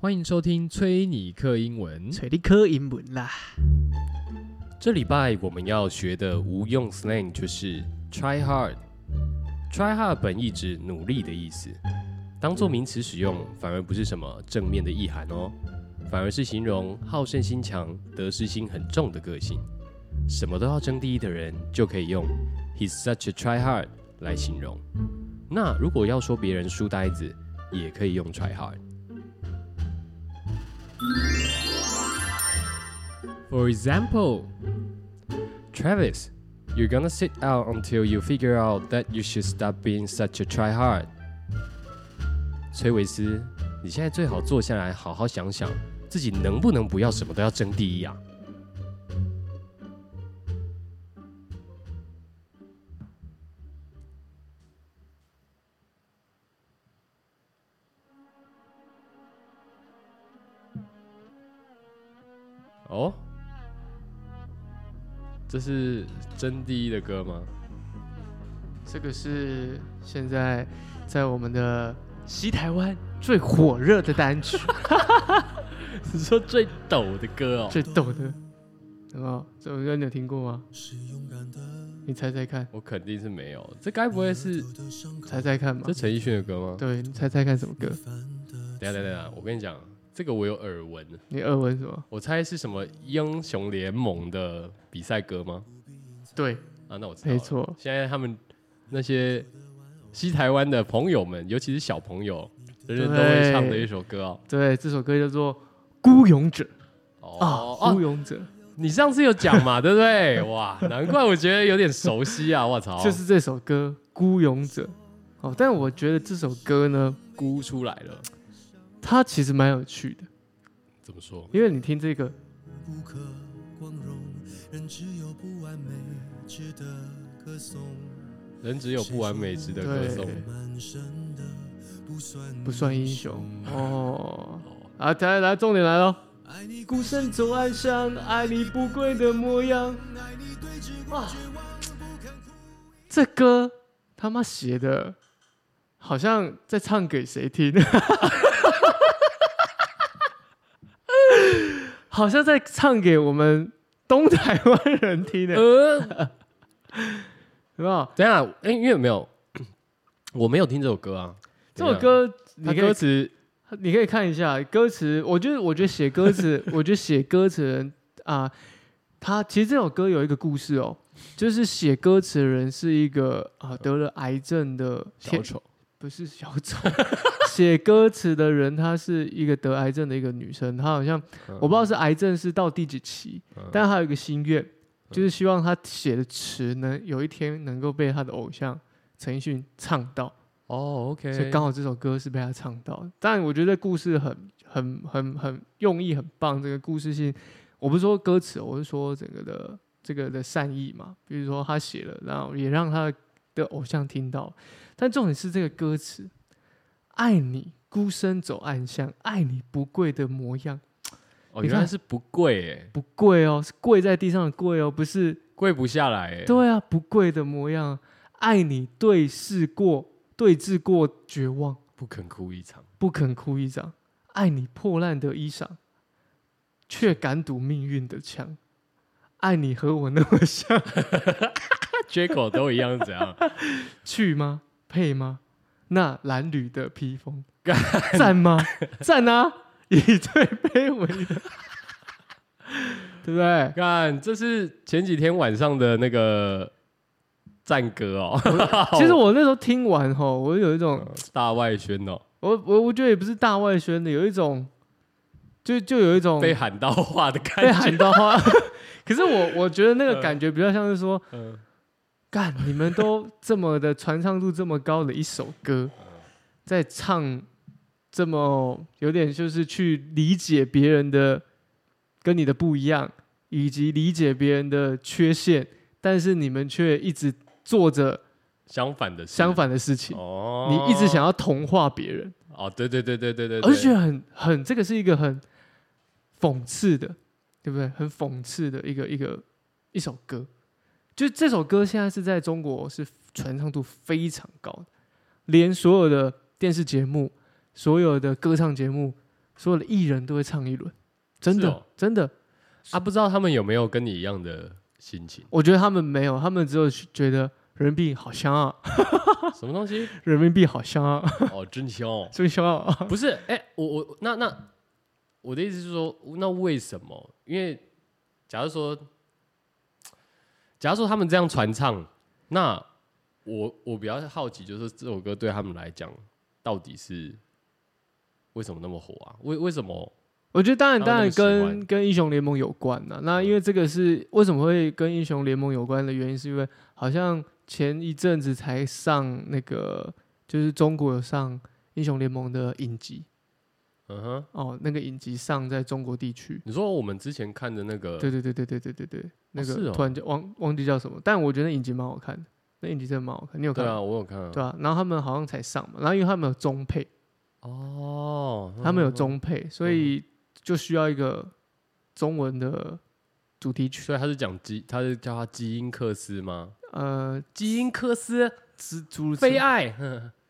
欢迎收听崔尼克英文。找你考英文啦。这礼拜我们要学的无用 slang 就是 try hard。try hard 本意指努力的意思，当做名词使用，反而不是什么正面的意涵哦，反而是形容好胜心强、得失心很重的个性。什么都要争第一的人，就可以用 he's such a try hard 来形容。那如果要说别人书呆子，也可以用 try hard。For example, Travis, you're gonna sit out until you figure out that you should stop being such a tryhard. 崔维斯，你现在最好坐下来好好想想，自己能不能不要什么都要争第一啊？哦，这是争第一的歌吗？这个是现在在我们的西台湾最火热的单曲， 你说最抖的歌哦？最逗的。然后这首歌你有听过吗？你猜猜看，我肯定是没有，这该不会是猜猜看嘛嗯这？陈奕迅的歌吗？对，你猜猜看什么歌？等一下等一下等一下，我跟你讲，这个我有耳闻，你二文什么？我猜是什么英雄联盟的比赛歌吗？对，啊，那我知道了没。错，现在他们那些西台湾的朋友们，尤其是小朋友，人人都会唱的一首歌哦。对，这首歌叫做《孤勇者》哦啊，《孤哦，勇者你上次有讲嘛，对不对？ 哇，难怪我觉得有点熟悉啊！我操，》就是这首歌《孤勇者》。哦，但我觉得这首歌呢，估出来了。它其实蛮有趣的，怎么说？因为你听这个，无可光荣，人只有不完美，值得歌颂。人只有不完美，值得歌颂。对满身的不算不算英雄哦。哦，啊，来来，重点来喽！爱你孤孤身走暗巷，爱你不跪的模样。爱你对峙哇过绝望，不肯哭。这歌他妈写的，好像在唱给谁听？ 好像在唱给我们东台湾人听的，呃，是吧？等一下，哎、因为没有， 我没有听这首歌啊。这首歌它你可歌以词你可以看一下歌词，我觉得我觉得写歌词，我觉得写歌词的人啊，他其实这首歌有一个故事哦，就是写歌词的人是一个啊得了癌症的小丑，不是小丑，写歌词的人她是一个得癌症的一个女生，她好像我不知道是癌症是到第几期，嗯但她有一个心愿，就是希望她写的词能有一天能够被她的偶像陈奕迅唱到。哦，OK，所以刚好这首歌是被他唱到的。但我觉得故事很、很、很、很用意很棒，这个故事性，我不是说歌词，我是说整个的这个的善意嘛。比如说他写了，然后也让他的偶像听到。但重点是这个歌词：“爱你孤身走暗巷，爱你不跪的模样。哦，你原来看是不跪，哎，不跪哦，是跪在地上的跪哦，不是跪不下来，哎，对啊，不跪的模样。爱你对视过，对峙过绝望。”不肯哭一场， 不肯哭一场，爱你破烂的衣裳，却敢堵命运的枪，爱你和我那么像，缺口都一样是怎样？ 去吗？ 配吗？那褴褛的披风，赞吗？赞啊！以最卑微的，对不对？看，这是前几天晚上的那个战歌哦，其实我那时候听完吼，我有一种， 大外宣哦，我我我觉得也不是大外宣的，有一种，就就有一种被喊到话的被感觉，喊到话。 可是我我觉得那个感觉比较像是说，嗯干，你们都这么的传唱度这么高的一首歌，在唱这么有点就是去理解别人的跟你的不一样，以及理解别人的缺陷，但是你们却一直做着相反的事，相反的事情，哦，你一直想要同化别人，哦，对对对对对对，而对且很很这个是一个很讽刺的，对不对？很讽刺的一个一个一首歌，就这首歌现在是在中国是传唱度非常高的，连所有的电视节目、所有的歌唱节目所有的艺人都会唱一轮，真是的、哦真的，？啊，不知道他们有没有跟你一样的心情我觉得他们没有，他们只有觉得人民币好香啊，什么东西？人民币好香啊， 哦，真香哦！真香啊！ 不是，哎、我我那那我的意思是说，那为什么？因为假如说，假如说他们这样传唱，那我我比较好奇，就是这首歌对他们来讲，到底是为什么那么火啊？为为什么？我觉得当然，他当们那然么喜欢嗯跟跟英雄联盟有关呐、那因为这个是为什么会跟英雄联盟有关的原因，是因为好像前一阵子才上那个，就是中国有上英雄联盟的影集嗯哼，哦，那个影集上在中国地区。你说我们之前看的那个，对对对对对对对对，那是个哦突然就忘忘记叫什么，但我觉得那影集蛮好看的，那影集真的蛮好看，你有看对吗？啊，我有看啊。对啊，然后他们好像才上嘛，然后因为他们有中配，哦，啊他们有嗯，中配，所以就需要一个中文的主题曲。所以他是讲基，他是叫他基因克斯吗？呃，基因克斯，蜘蛛非， 爱，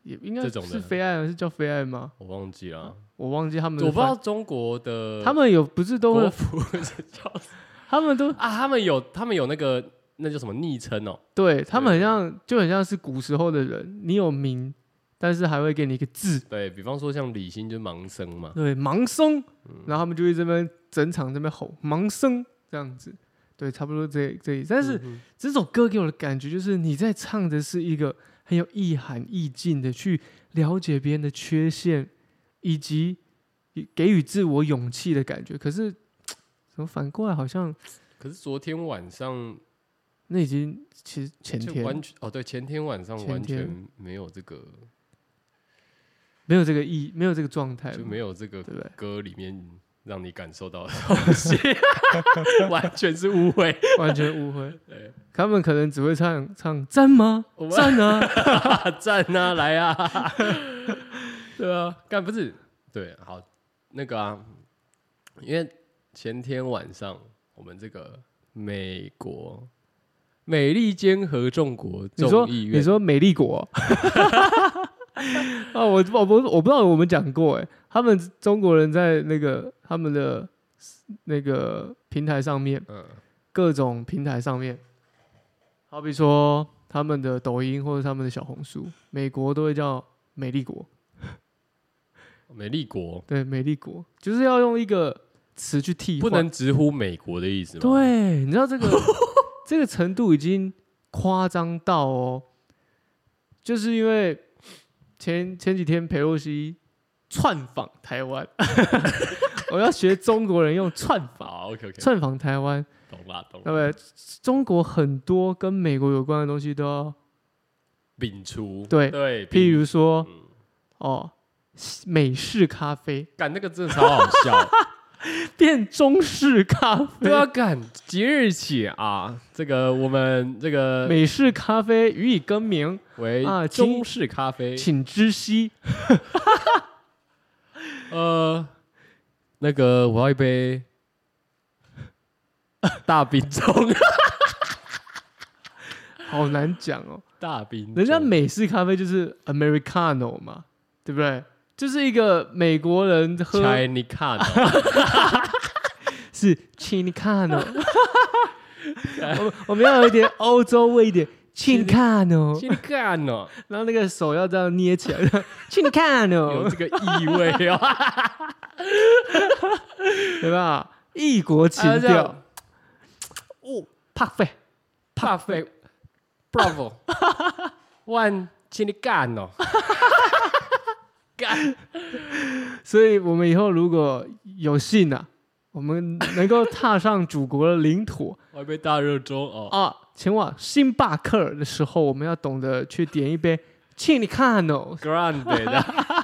也应该这种的是非爱吗，是叫非爱吗？我忘记了。啊我忘记他们的我翻，不知道中国的他们有不是都国会，服是叫什么他们 都啊，他们有他们有那个那叫什么昵称哦，对他们很对像，就很像是古时候的人，你有名，但是还会给你一个字，对比方说像李欣就盲僧嘛，对，盲僧，然后他们就会这边整场这边吼盲僧这样子，对，差不多这这意思。但是、嗯这首歌给我的感觉就是你在唱的是一个很有意涵意境的去了解别人的缺陷，以及给予自我勇气的感觉。可是怎么反过来好像可是昨天晚上那已经其实前就完天全哦对，前天晚上前完全天没有这个没有这个意，没有这个状态就了，没有这个对不对？歌里面让你感受到的东 西，完全是误会。完全误 会。他们可能只会唱唱赞吗我？们赞啊！赞啊，来 啊，对啊，干不是对，好那个啊，因为前天晚上我们这个美国美利坚合众国你说众议院，你说美丽国 哦、啊，我我不我不知道我们讲过哎，他们中国人在那个他们的那个平台上面，嗯各种平台上面，好比说他们的抖音或者他们的小红书，美国都会叫美丽国，美利国对，美丽国就是要用一个词去替不换，能直呼美国的意思吗？，对，啊你知道 这个这个程度已经夸张到哦，就是因为前前几天佩洛西窜访台湾， 我要学中国人用窜访好，OK 嗯 OK，窜访台湾，懂啦懂对啦，不对？中国很多跟美国有关的东西都要，摒除对对，譬摒如说嗯哦，美式咖啡干那个真的超好 笑，变中式咖啡对。啊，干即日起啊，这个我们这个美式咖啡予以更名，为啊请中式咖啡，请知悉。呃，那个我要一杯大冰 中，好难讲哦。大冰中，人家美式咖啡就是 Americano 嘛，对不对？就是一个美国人喝 Chinese can，是 Chinicano，我们我们要有一点欧洲味一点 Chinicano， Chinese can 哦，然后那个手要这样捏起来有 ，Chinicano，这个意味 哦，对吧？异国情啊这调样，哦，帕菲， perfect，bravo，one Chinese can 哦，干所以我们以后如果有幸啊，我们能够踏上祖国的领土，我要一杯大热粥哦，啊，前往星巴克的时候，我们要懂得去点一杯 Chinicano。 grande 的。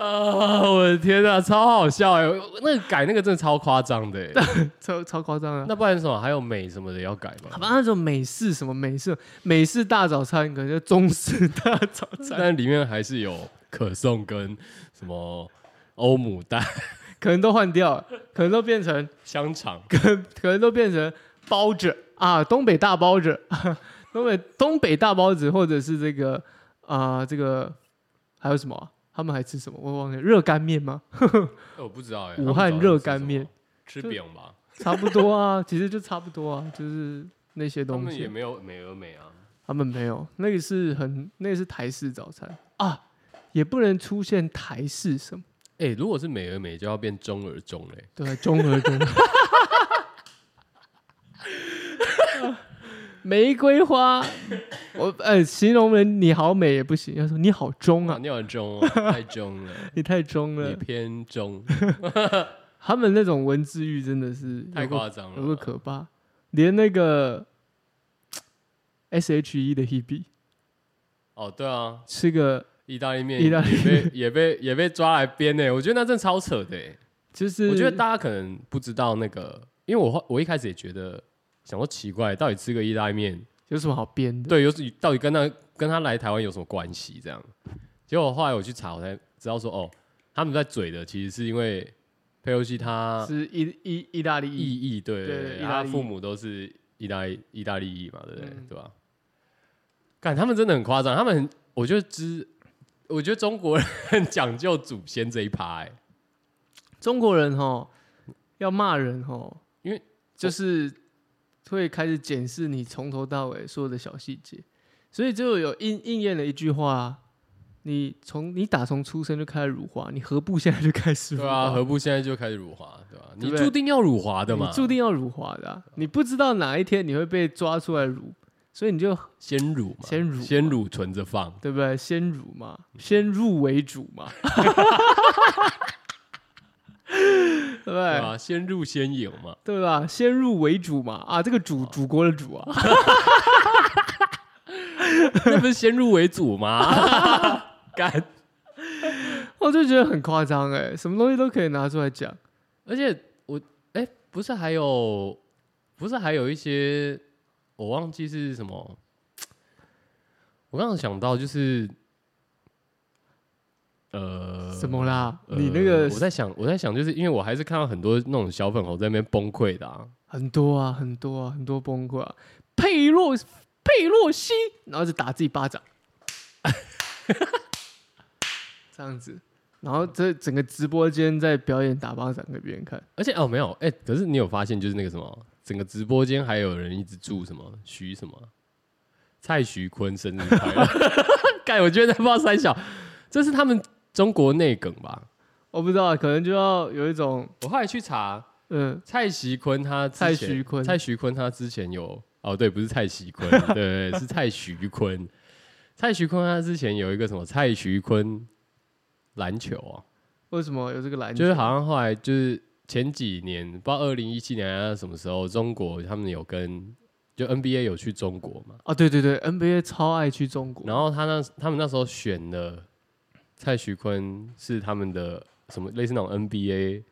啊！我的天呐，超好笑哎、那个改那个真的超夸张的、 欸，超超夸张的。那不然什么还有美什么的要改吗好？吧，那种美式什么美式美式大早餐，可能就中式大早 餐，但里面还是有可颂跟什么欧姆蛋、可能都换掉了，可能都变成香肠。可能都变成包子啊，东北大包子， 东北东北大包子，或者是这个啊、这个还有什么啊、他们还吃什么？我忘了，热干面吗？我不知道哎、武汉热干面吃饼吧，差不多啊， 其实就差不多啊，就是那些他东们也西。没有美而美啊。他们没有，那个是很，那个是台式早餐啊，也不能出现台式什么，哎、如果是美而美，就要变中而中嘞、对，中和中。 玫瑰花，我呃，形容人你好美也不行，要说你好中哇，啊，你好中 哦，太中了，你太中你了。偏 中，他们那种文字狱真的是太有个夸张有个了吧。可怕，连那个 S H E 的 Hebe 哦，对啊，吃个，意大利面意也大利被也被也被抓来编呢、我觉得那真的超扯的、欸。就是我觉得大家可能不知道那个，因为我后我一开始也觉得想说奇怪，到底吃个意大利面，有什么好编的？对，有是到底跟那跟他来台湾有什么关系？这样，结果后来我去查，我才知道说哦，他们在嘴的其实是因为佩洛西他是意意意大利裔，意义，对对对意对，大他利裔父母都是意大利意大利裔嘛，对不对嗯？对吧？干，他们真的很夸张，他们很，我觉得知，我觉得中国人 很讲究祖先这一趴，哎，中国人哈要骂人哈，因为就是会开始检视你从头到尾所有的小细节，所以就有应应验了一句话啊。你从你打从出生就开始辱华，你何不现在就开始辱对华？啊，何不现在就开始辱华，对吧？对你不对注定要辱华的嘛，你注定要辱华的啊、你不知道哪一天你会被抓出来辱，所以你就先辱嘛，先辱先辱存着放，对不对？先辱嘛，先入为主嘛， 对不对对？吧？先入先有嘛，对吧？先入为主嘛，啊，这个主主国的主啊， 那不是先入为主吗？ 干， 我就觉得很夸张哎、什么东西都可以拿出来讲，而且我哎、不是还有，不是还有一些，我忘记是什么。我刚刚想到就是，呃，什么啦？呃你那个我在想，我在想，就是因为我还是看到很多那种小粉红在那边崩溃的啊，很多啊，很多啊，很多崩溃啊，佩洛佩洛西，然后就打自己巴掌， 这样子，然后这整个直播间在表演打巴掌给别人看，而且哦，没有，哎、可是你有发现，就是那个什么，整个直播间还有人一直祝什么徐什么蔡徐坤生日快乐， 盖，我觉得不知道三小，这是他们中国内梗吧？我不知道，可能就要有一种我后来去查，嗯，蔡徐坤他之前蔡徐坤蔡徐坤他之前有哦，对，不是蔡徐 坤，对对对，是蔡徐坤，蔡徐坤他之前有一个什么蔡徐坤篮球啊，为什么有这个篮球？就是好像后来就是前几年，不知道二零一七年还是什么时候，中国他们有跟就 NBA 有去中国嘛，啊，对对对，NBA 超爱去中国，然后他那他们那时候选的蔡徐坤是他们的什么类似那种 NBA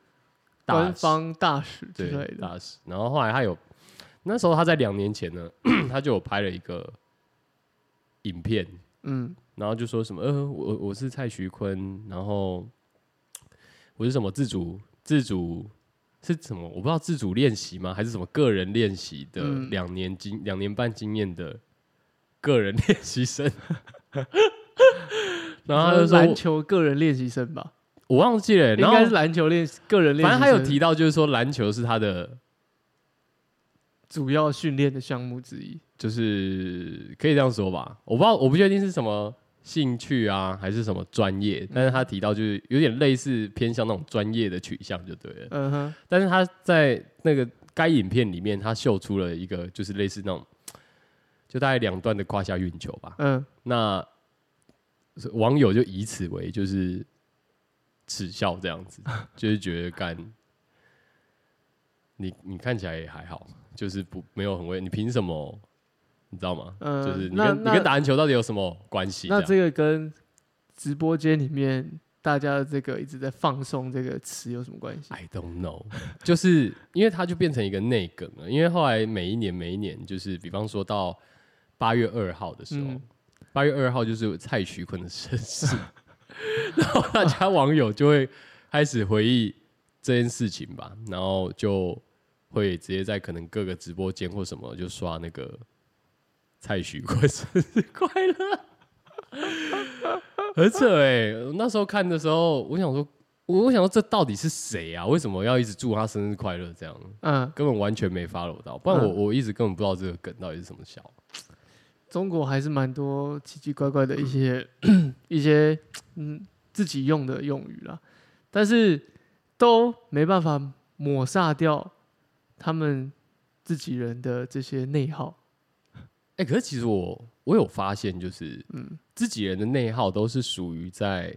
大使官方大使之类对的，大使，然后后来他有那时候他在两年前呢， 他就有拍了一个影片，嗯，然后就说什么，呃，我我是蔡徐坤，然后我是什么自主自主是什么？我不知道自主练习吗？还是什么个人练习的嗯两年经两年半经验的个人练习生。 然后他就说篮我，球个人练习生吧，我忘记了，应然该是后篮球练个人练习生，反正他有提到，就是说篮球是他的，主要训练的项目之一，就是可以这样说吧。我不知道，我不确定是什么。兴趣啊，还是什么专业？但是他提到就是有点类似偏向那种专业的取向就对了。嗯哼，但是他在那个该影片里面，他秀出了一个就是类似那种，就大概两段的胯下运球吧。嗯。那网友就以此为就是耻笑这样 子，就是觉得干你你看起来也还好，就是不没有很会，你凭什么？你知道吗？嗯就是你那跟你那跟打篮球到底有什么关系？那这这样个跟直播间里面大家的这个一直在放松这个词有什么关系？ I don't know，就是 因为它就变成一个内梗了。因为后来每一年每一年，就是比方说到八月二号的时候嗯，八、月二号就是蔡徐坤的生日， 然后大家网友就会开始回忆这件事情吧，然后就会直接在可能各个直播间或什么就刷那个蔡徐坤生日快乐。很扯哎、那时候看的时候，我想说，我我想说这到底是谁啊？为什么要一直祝他生日快乐？这样嗯，根本完全没 follow 到，不然我、我一直根本不知道这个梗到底是什么笑。中国还是蛮多奇奇怪怪的一些 一些嗯自己用的用语啦，但是都没办法抹杀掉他们自己人的这些内耗。哎、可是其实我我有发现，就是嗯，自己人的内耗都是属于在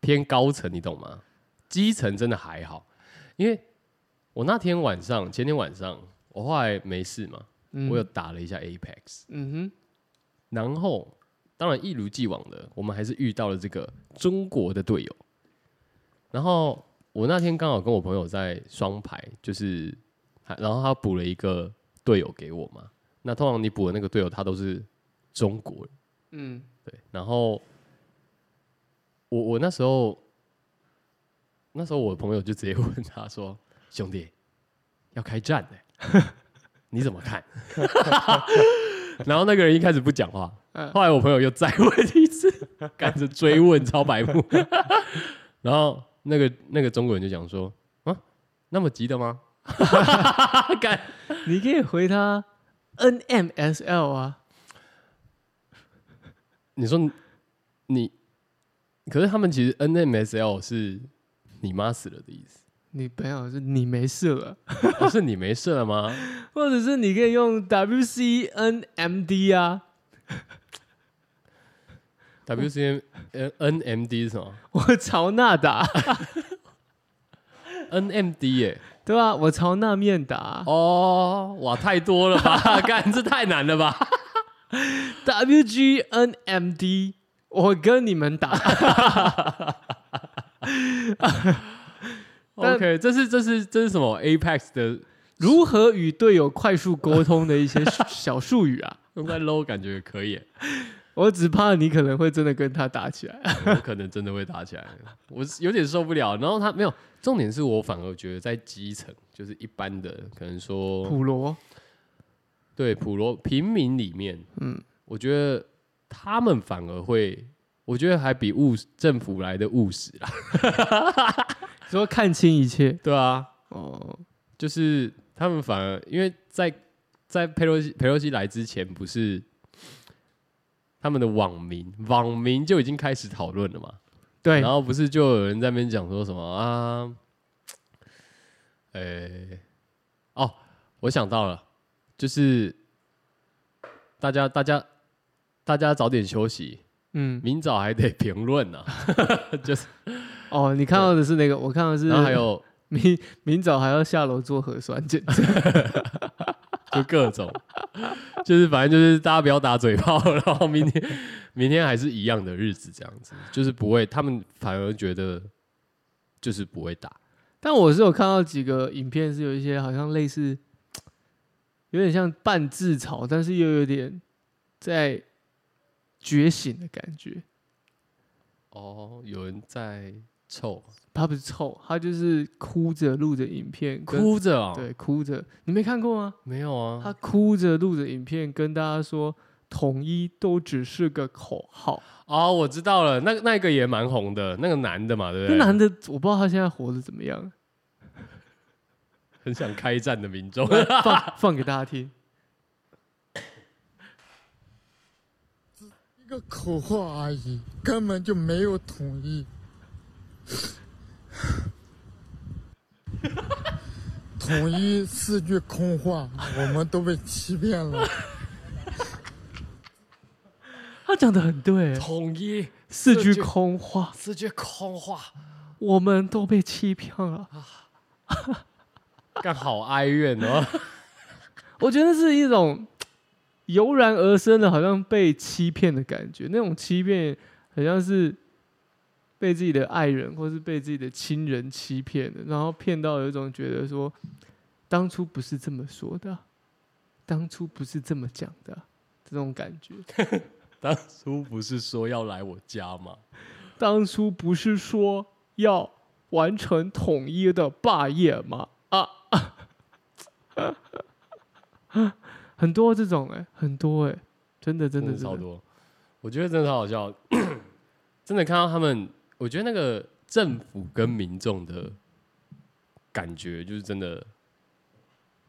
偏高层，你懂吗？基层真的还好，因为我那天晚上，前天晚上，我后来没事嘛，嗯我有打了一下 Apex，嗯然后当然一如既往的，我们还是遇到了这个中国的队友。然后我那天刚好跟我朋友在双排，就是他，然后他补了一个队友给我嘛。那通常你补的那个队友，他都是中国人，哼嗯对。然后我我那时候，那时候我朋友就直接问他说：“兄弟，要开战呢、你怎么看？” 然后那个人一开始不讲话，嗯后来我朋友又再问一 次，赶着追问超白目。 然后那个那个中国人就讲说：“啊，那么急的吗？”干你可以回他 N M S L 啊，你说你，可是他们其实 NMSL 是你妈死了的意 思，你朋友是你没事了， 哦是你没事了吗？或者是你可以用 W C N M D 啊， WCM 呃 NMD 是什么我朝那打， ？NMD 耶、对吧、我朝那面打、哦，哇，太多了 吧？干，这太难了吧？ w G N M D，我跟你们打， 但 OK，这是这是这是什么 Apex 的如何与队友快速沟通的一些小术语啊。 用在 low 感觉可以耶、我只怕你可能会真的跟他打起来。我可能真的会打起来，我是有点受不了。然后他没有，重点是我反而觉得在基层，就是一般的，可能说普罗，对普罗平民里面，嗯嗯，我觉得他们反而会，我觉得还比务政府来的务实啦，说看清一切对啊，哦，就是他们反而因为在在佩洛西佩洛西来之前，不是他们的网民网民就已经开始讨论了嘛，对然，后不是就有人在那边讲说什么啊？呃、哦，我想到了，就是大家大家大家早点休息，嗯，明早还得评论呢。 就是，哦，你看到的是那个，我看到的是，然后还有 明明早还要下楼做核酸检测， 就各种，就是反正就是大家不要打嘴炮， 然后明天明天还是一样的日子，这样子，就是不会，他们反而觉得就是不会打。但我是有看到几个影片，是有一些好像类似，有点像半自嘲，但是又有点在觉醒的感觉。哦，有人在臭，他不是臭，他就是哭着录着影片，跟、哭着哦，对，哭哦着。你没看过吗？没有啊，他哭着录着影片，跟大家说统一都只是个口号。哦，我知道了，那那个也蛮红的，那个男的嘛，对不那对？男的我不知道他现在活得怎么样，很想开战的民众，放 放给大家听。一个口号而已，根本就没有统一。 统一是句空话，我们都被欺骗了。他讲的很对， 统一四这句就空话，直接空话，我们都被欺骗了。干好哀怨 哦。我觉得是一种油然而生的，好像被欺骗的感觉。那种欺骗，好像是被自己的爱人或是被自己的亲人欺骗的，然后骗到有一种觉得说，当初不是这么说的啊，当初不是这么讲的啊，这种感觉。当初不是说要来我家吗？当初不是说要完成统一的霸业吗？啊， 很多这种哎、很多哎、真的真的哦嗯超真的，多，我觉得真的超好笑。 真的看到他们，我觉得那个政府跟民众的感觉，就是真的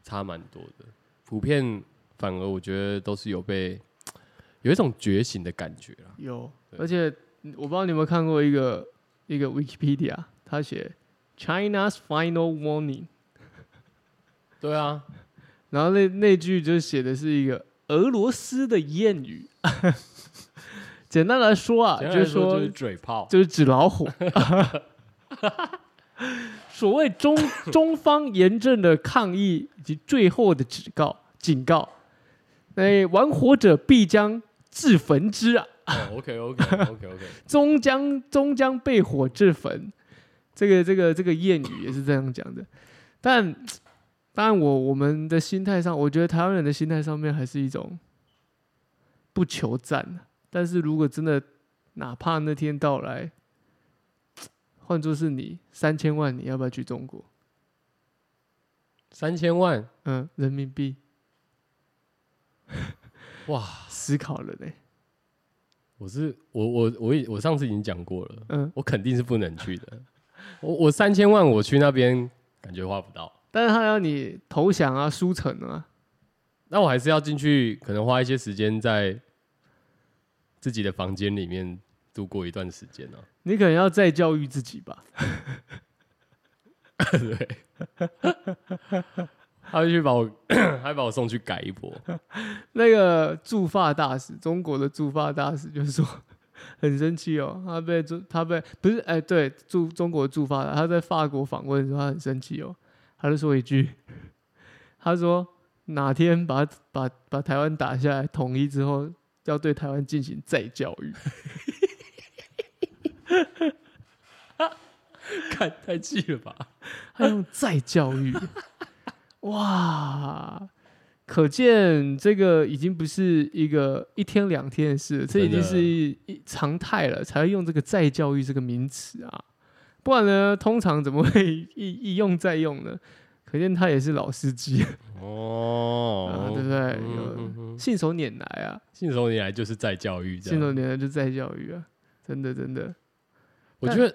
差蛮多的。普遍反而我觉得都是有被有一种觉醒的感觉啦。有，对而且嗯我不知道你有没有看过一个一个 Wikipedia，他写 China's final warning，对啊，然后那那句就写的是一个俄罗斯的谚语。 简单来说啊，简单就来是说说就是嘴炮，就是指老虎。 所谓中中方严正的抗议以及最后的警告，警告，哎，玩火者必将自焚之啊，哦，OK OK OK OK，终将终将被火自焚。这个这个这个谚语也是这样讲的，但当然我我们的心态上，我觉得台湾人的心态上面还是一种不求战，但是如果真的哪怕那天到来，换作是你三千万，你要不要去中国？三千万嗯，人民币哇！思考了呢，我是我我我已我上次已经讲过了，嗯，我肯定是不能去的。我我三千万我去那边感觉花不到，但是他要你投降啊、输诚啊，那我还是要进去，可能花一些时间在自己的房间里面度过一段时间啊 呢、你可能要再教育自己吧。对，他会去把我，还把我送去改一 波。那个驻法大使，中国的驻法大使就说很生气哦，他被中他被不是哎、对驻中国驻法他在法国访问的时候他很生气哦，他就说一句，他说哪天把把把台湾打下来统一之后，要对台湾进行再教育，看，太气了吧？他用再教 育，哇！可见这个已经不是一个一天两天的事了，这已真的经是一一常态了，才会用这个“再教育”这个名词啊。不然呢，通常怎么会一一用再用呢？可见他也是老司机，哦啊对不对有嗯信手拈来啊，信手拈来就是啊在教育这信手样。拈来就再教育啊，真的真的，我觉得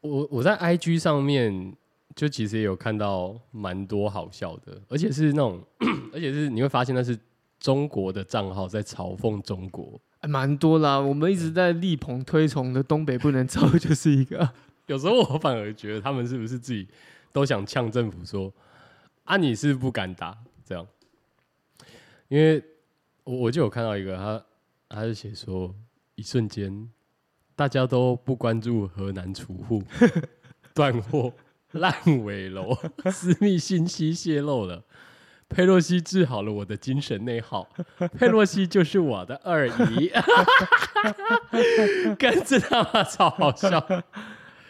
我我在 IG 上面就其实也有看到蛮多好笑的，而且是那种， 而且是你会发现那是中国的账号在嘲讽中国。哎蛮多啦。我们一直在力捧推崇的东北不能招就是一个啊，有时候我反而觉得他们是不是自己都想呛政府说啊，你是不是不敢打这样？因为我我就有看到一个他，他就写说，一瞬间大家都不关注河南储户 断货、烂尾楼、私密信息泄露了。佩洛西治好了我的精神内耗，佩洛西就是我的二姨， 跟着他妈超好笑。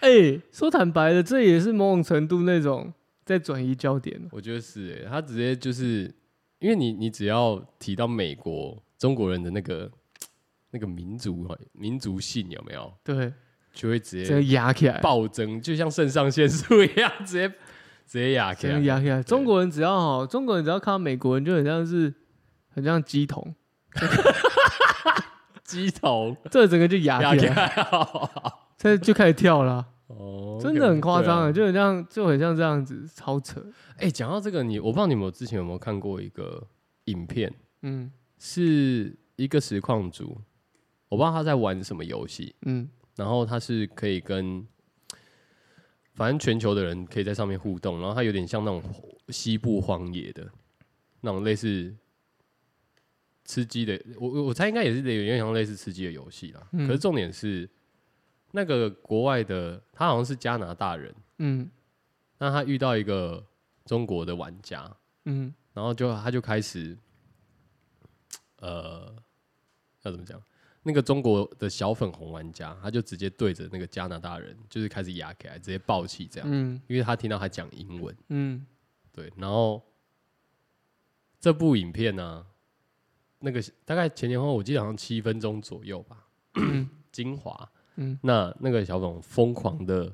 哎、说坦白的，这也是某种程度那种在转移焦点哦我觉得是、欸，他直接就是因为你，你只要提到美国中国人的那个那个民族民族性有没有，对，就会直整接个压起来，暴增，就像肾上腺素一样，直接直接压起整个来。压起来。中国人只要好，中国人只要看到美国人，就很像是很像鸡桶，鸡头这整个就压压起起来，来哦，这就开始跳 了啊，哦真的很夸张欸啊，对就很像就很像这样子，超扯。哎，讲到这个，你我不知道你们有之前有没有看过一个影片，嗯是一个实况组，我不知道他在玩什么游戏，嗯，然后它是可以跟反正全球的人可以在上面互动，然后它有点像那种西部荒野的那种类似吃鸡的，我我我猜应该也是有点像类似吃鸡的游戏啦。嗯可是重点是那个国外的，他好像是加拿大人，嗯那他遇到一个中国的玩家，嗯然后就他就开始，呃，要怎么讲？那个中国的小粉红玩家，他就直接对着那个加拿大人，就是开始压起来，直接爆气这样，嗯因为他听到他讲英文，嗯，对。然后这部影片呢、那个大概前前后后我记得好像七分钟左右吧，精华。嗯那那个小粉红疯狂的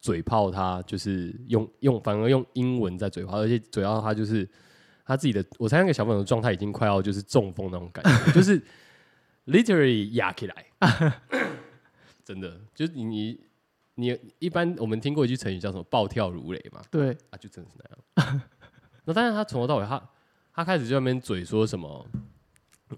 嘴炮他，就是用用反而用英文在嘴炮，而且嘴炮他就是他自己的，我猜那个小粉红的状态已经快要就是中风那种感觉，就是 literally 压起来， 真的就是你你你一般我们听过一句成语叫什么“暴跳如雷”嘛，对，啊，就真的是那样。 那但是他从头到尾，他他开始就在那边嘴说什么，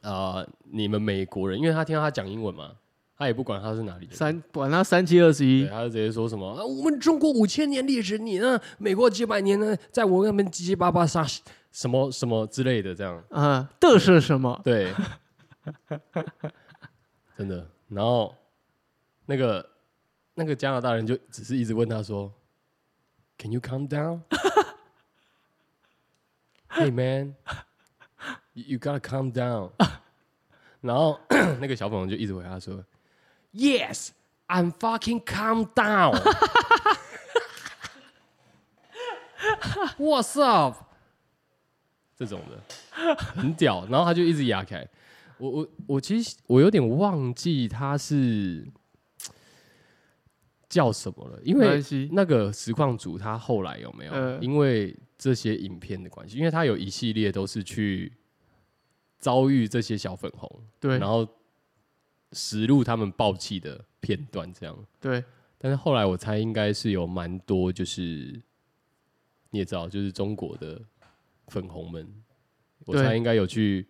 呃，你们美国人，因为他听到他讲英文嘛，他也不管他是哪里人，三管他三七二十对，一，他就直接说什么啊，我们中国五千年历史，你呢，美国几百年呢，在我那边七七八八啥什么什么之类的，这样啊，这是什么？对， 真的。然后那个那个加拿大人就只是一直问他说，Can you calm down? hey man, you you gotta calm down. 然后 那个小粉红就一直回他说，Yes, I'm fucking calm down. What's up? 这种的。很屌，然后他就一直压开。我我我其实我有点忘记他是叫什么了，因没为关系那个实况组他后来有没有？呃因为这些影片的关系，因为他有一系列都是去遭遇这些小粉红，对然后实录他们爆气的片段这样。对，但是后来我猜应该是有蛮多，就是你也知道，就是中国的粉红们，我对猜应该有去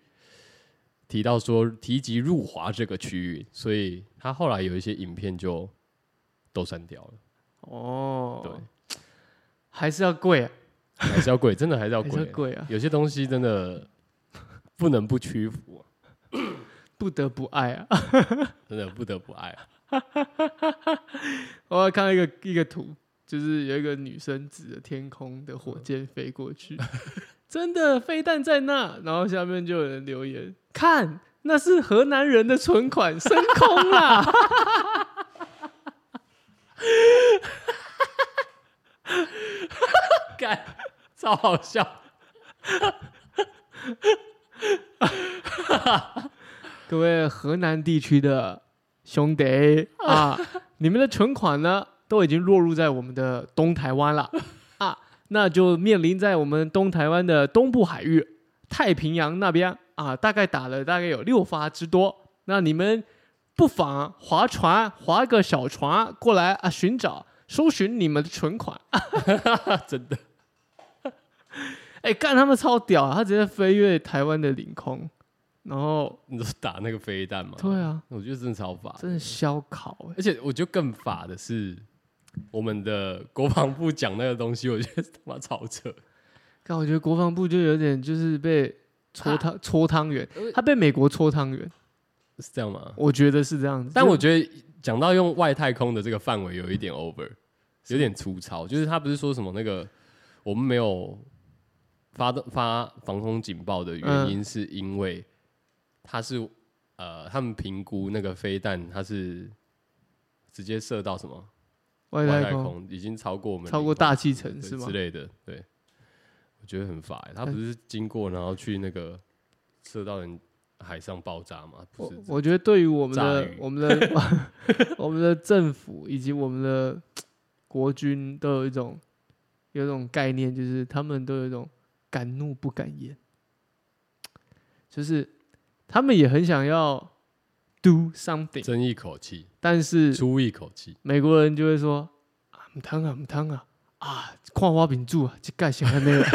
提到说提及入华这个区域，所以他后来有一些影片就都删掉了。哦，对，，还是要贵啊，还是要 贵，真的还是要还是要贵。贵啊，有些东西真的不能不屈服、啊，不得不爱啊。真的不得不爱 啊、我看到一个一个图，就是有一个女生指着天空的火箭飞过去，真的飞弹在那，然后下面就有人留言，看那是河南人的存款升空啦。干，超好笑。各位河南地区的兄弟 啊，你们的存款呢都已经落入在我们的东台湾 了啊，那就面临在我们东台湾的东部海域、太平洋那边啊，大概打了大概有六发之多。那你们不妨划船，划个小船过来啊，寻找搜寻你们的存款。 啊真的，哎，干他们超屌啊，他直接飞越台湾的领空，然后你都是打那个飞弹吗？对啊，我觉得真的超烦。真的烧烤哎、而且我觉得更法的是，我们的国防部讲那个东西，我觉得他妈超扯。但我觉得国防部就有点就是被搓汤、搓汤圆，呃他被美国搓汤圆，是这样吗？我觉得是这样子。但就我觉得讲到用外太空的这个范围，有一点 over，有点粗糙。就是他不是说什么那个我们没有发动发防空警报的原因，是因为他是、呃，他们评估那个飞弹它是直接射到什么外外太太空空，已经超过我们超过领空大气层对是吗之？类的，对，我觉得很法欸。他不是经过然后去那个射到人海上爆炸吗？不我是这，我觉得对于我们炸的鱼我们 的 我们的政府以及我们的国军都有一种有一种概念，就是他们都有一种敢怒不敢言，就是他们也很想要 do something，争一口气，但是出一口气，美国人就会说啊，唔通啊，唔通啊，啊，看我民主啊，这盖想安尼啦，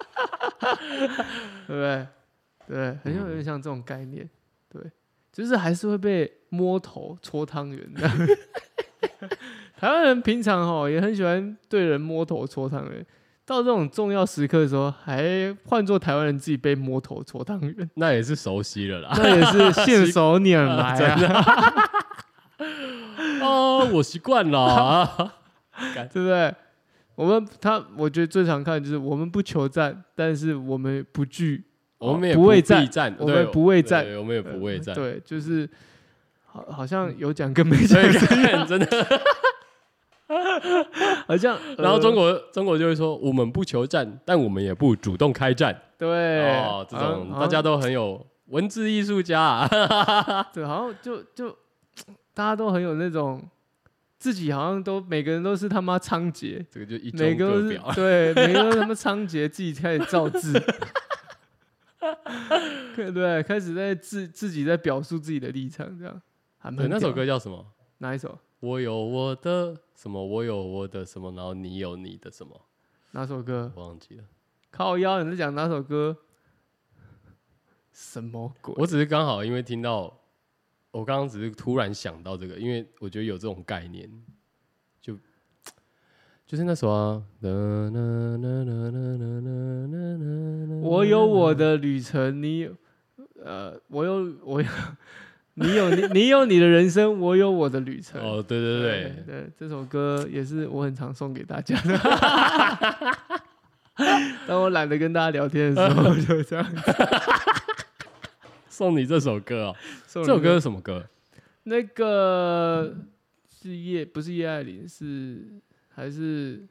对不对？对，很有点像这种概念，对，就是还是会被摸头搓汤圆的。 台湾人平常哦也很喜欢对人摸头搓汤圆，到这种重要时刻的时候，还换做台湾人自己被摸头搓汤圆，那也是熟悉了啦。 那也是信手拈来啊。哦，我习惯了啊。对不对？我们他，我觉得最常看的就是我们不求战，但是我们不惧，我们也不畏避战我对们不畏对战呃对我们也不畏战。对，就是好，好像有讲跟没所讲以 一样，看真的，好像。 然后中呃、国中国就会说，我们不求战，但我们也不主动开战。对哦，这种好像大家都很有文字艺术家啊。 对，好像就就大家都很有那种自己好像都每个人都是他妈仓颉，这个就一中每个都各是表。对，每个都是他妈仓颉，自己开始造字。 对，开始在自自己在表述自己的立场，这样还蛮对，那屌首歌叫什么？哪一首？我有我的什么？我有我的什么？然后你有你的什么？哪首歌？我忘记了。靠腰，你在讲哪首歌？什么鬼？我只是刚好因为听到，我刚刚只是突然想到这个，因为我觉得有这种概念，就就是那首啊，我有我的旅程，你有呃，我有我有， 你有你你有你的人生，我有我的旅程。哦，对对对，对，这首歌也是我很常送给大家的。 当我懒得跟大家聊天的 时候，我就这样送你这首歌啊，送这你。首歌是什么歌？那个是叶，不是叶爱玲，是还是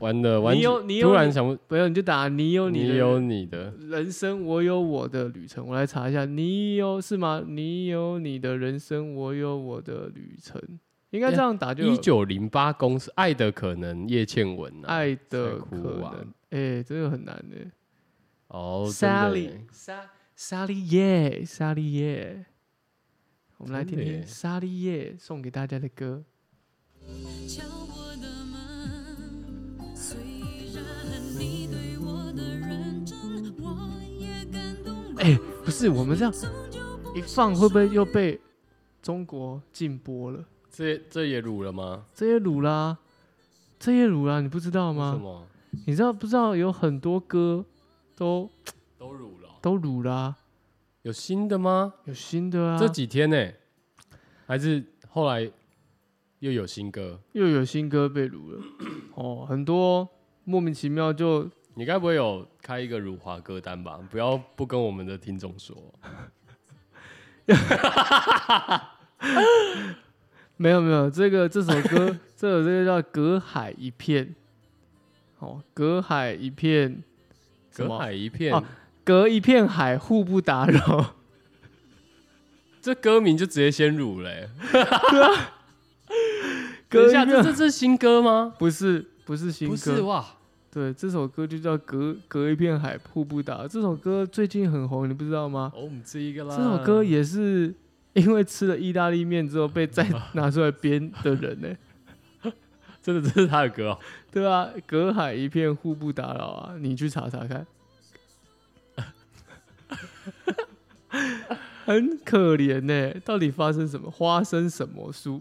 完了，完你有你有突然想不，没有？你就打你有你的你有你的，人生，我有我的旅程。我来查一下，你有是吗？你有你的人生，我有我的旅程。应该这样打就有啊一九零八公司《爱的可能》叶倩文啊，爱的才可哭能啊。哎、真的很难呢、哦真的 Sally 耶 Sa Sally 耶，Sally 耶，我们来真听的听耶 Sally 耶送给大家的歌。敲我的门，虽然你对我的认真，我也感动。哎、不是，我们这样一放会不会又被中国禁播了？这这也乳了吗？这些乳啦，这些乳啦，你不知道为什吗？么你知道不知道有很多歌都都乳了？都乳啦，有新的吗？有新的啊，这几天呢、还是后来又有新歌？又有新歌被乳了，哦，很多哦、莫名其妙就你该不会有开一个辱华歌单吧？不要不跟我们的听众说，没有没有，这个这首歌， 这首这个叫《隔海一片》。哦，隔海一片，什隔么海一片，哦隔一片海，互不打扰。 这歌名就直接先辱 了、欸。 等啊隔一一下，这片这这是新歌吗？不是不是新不歌，是哇，对，这首歌就叫隔隔一片海，互不打扰。这首歌最近很红，你不知道吗？哦，我们这一个啦。这首歌也是因为吃了意大利面之后 被再拿出来编的人呢、真的 这是他的歌、哦，对啊，隔海一片，互不打扰啊！你去查查 看，很可怜呢、到底发生什么？花生什么树？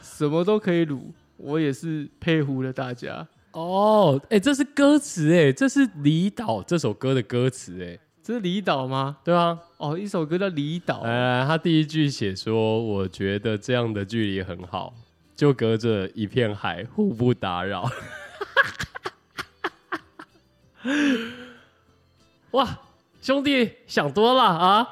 什么都可以卤，我也是佩服了大家。哦，哎、这是歌词哎、这是《离岛》这首歌的歌词哎、这是离岛吗？对啊，哦，一首歌叫《离岛》呃，他第一句写说：“我觉得这样的距离很好，就隔着一片海，互不打扰。” 哇，兄弟想多了啊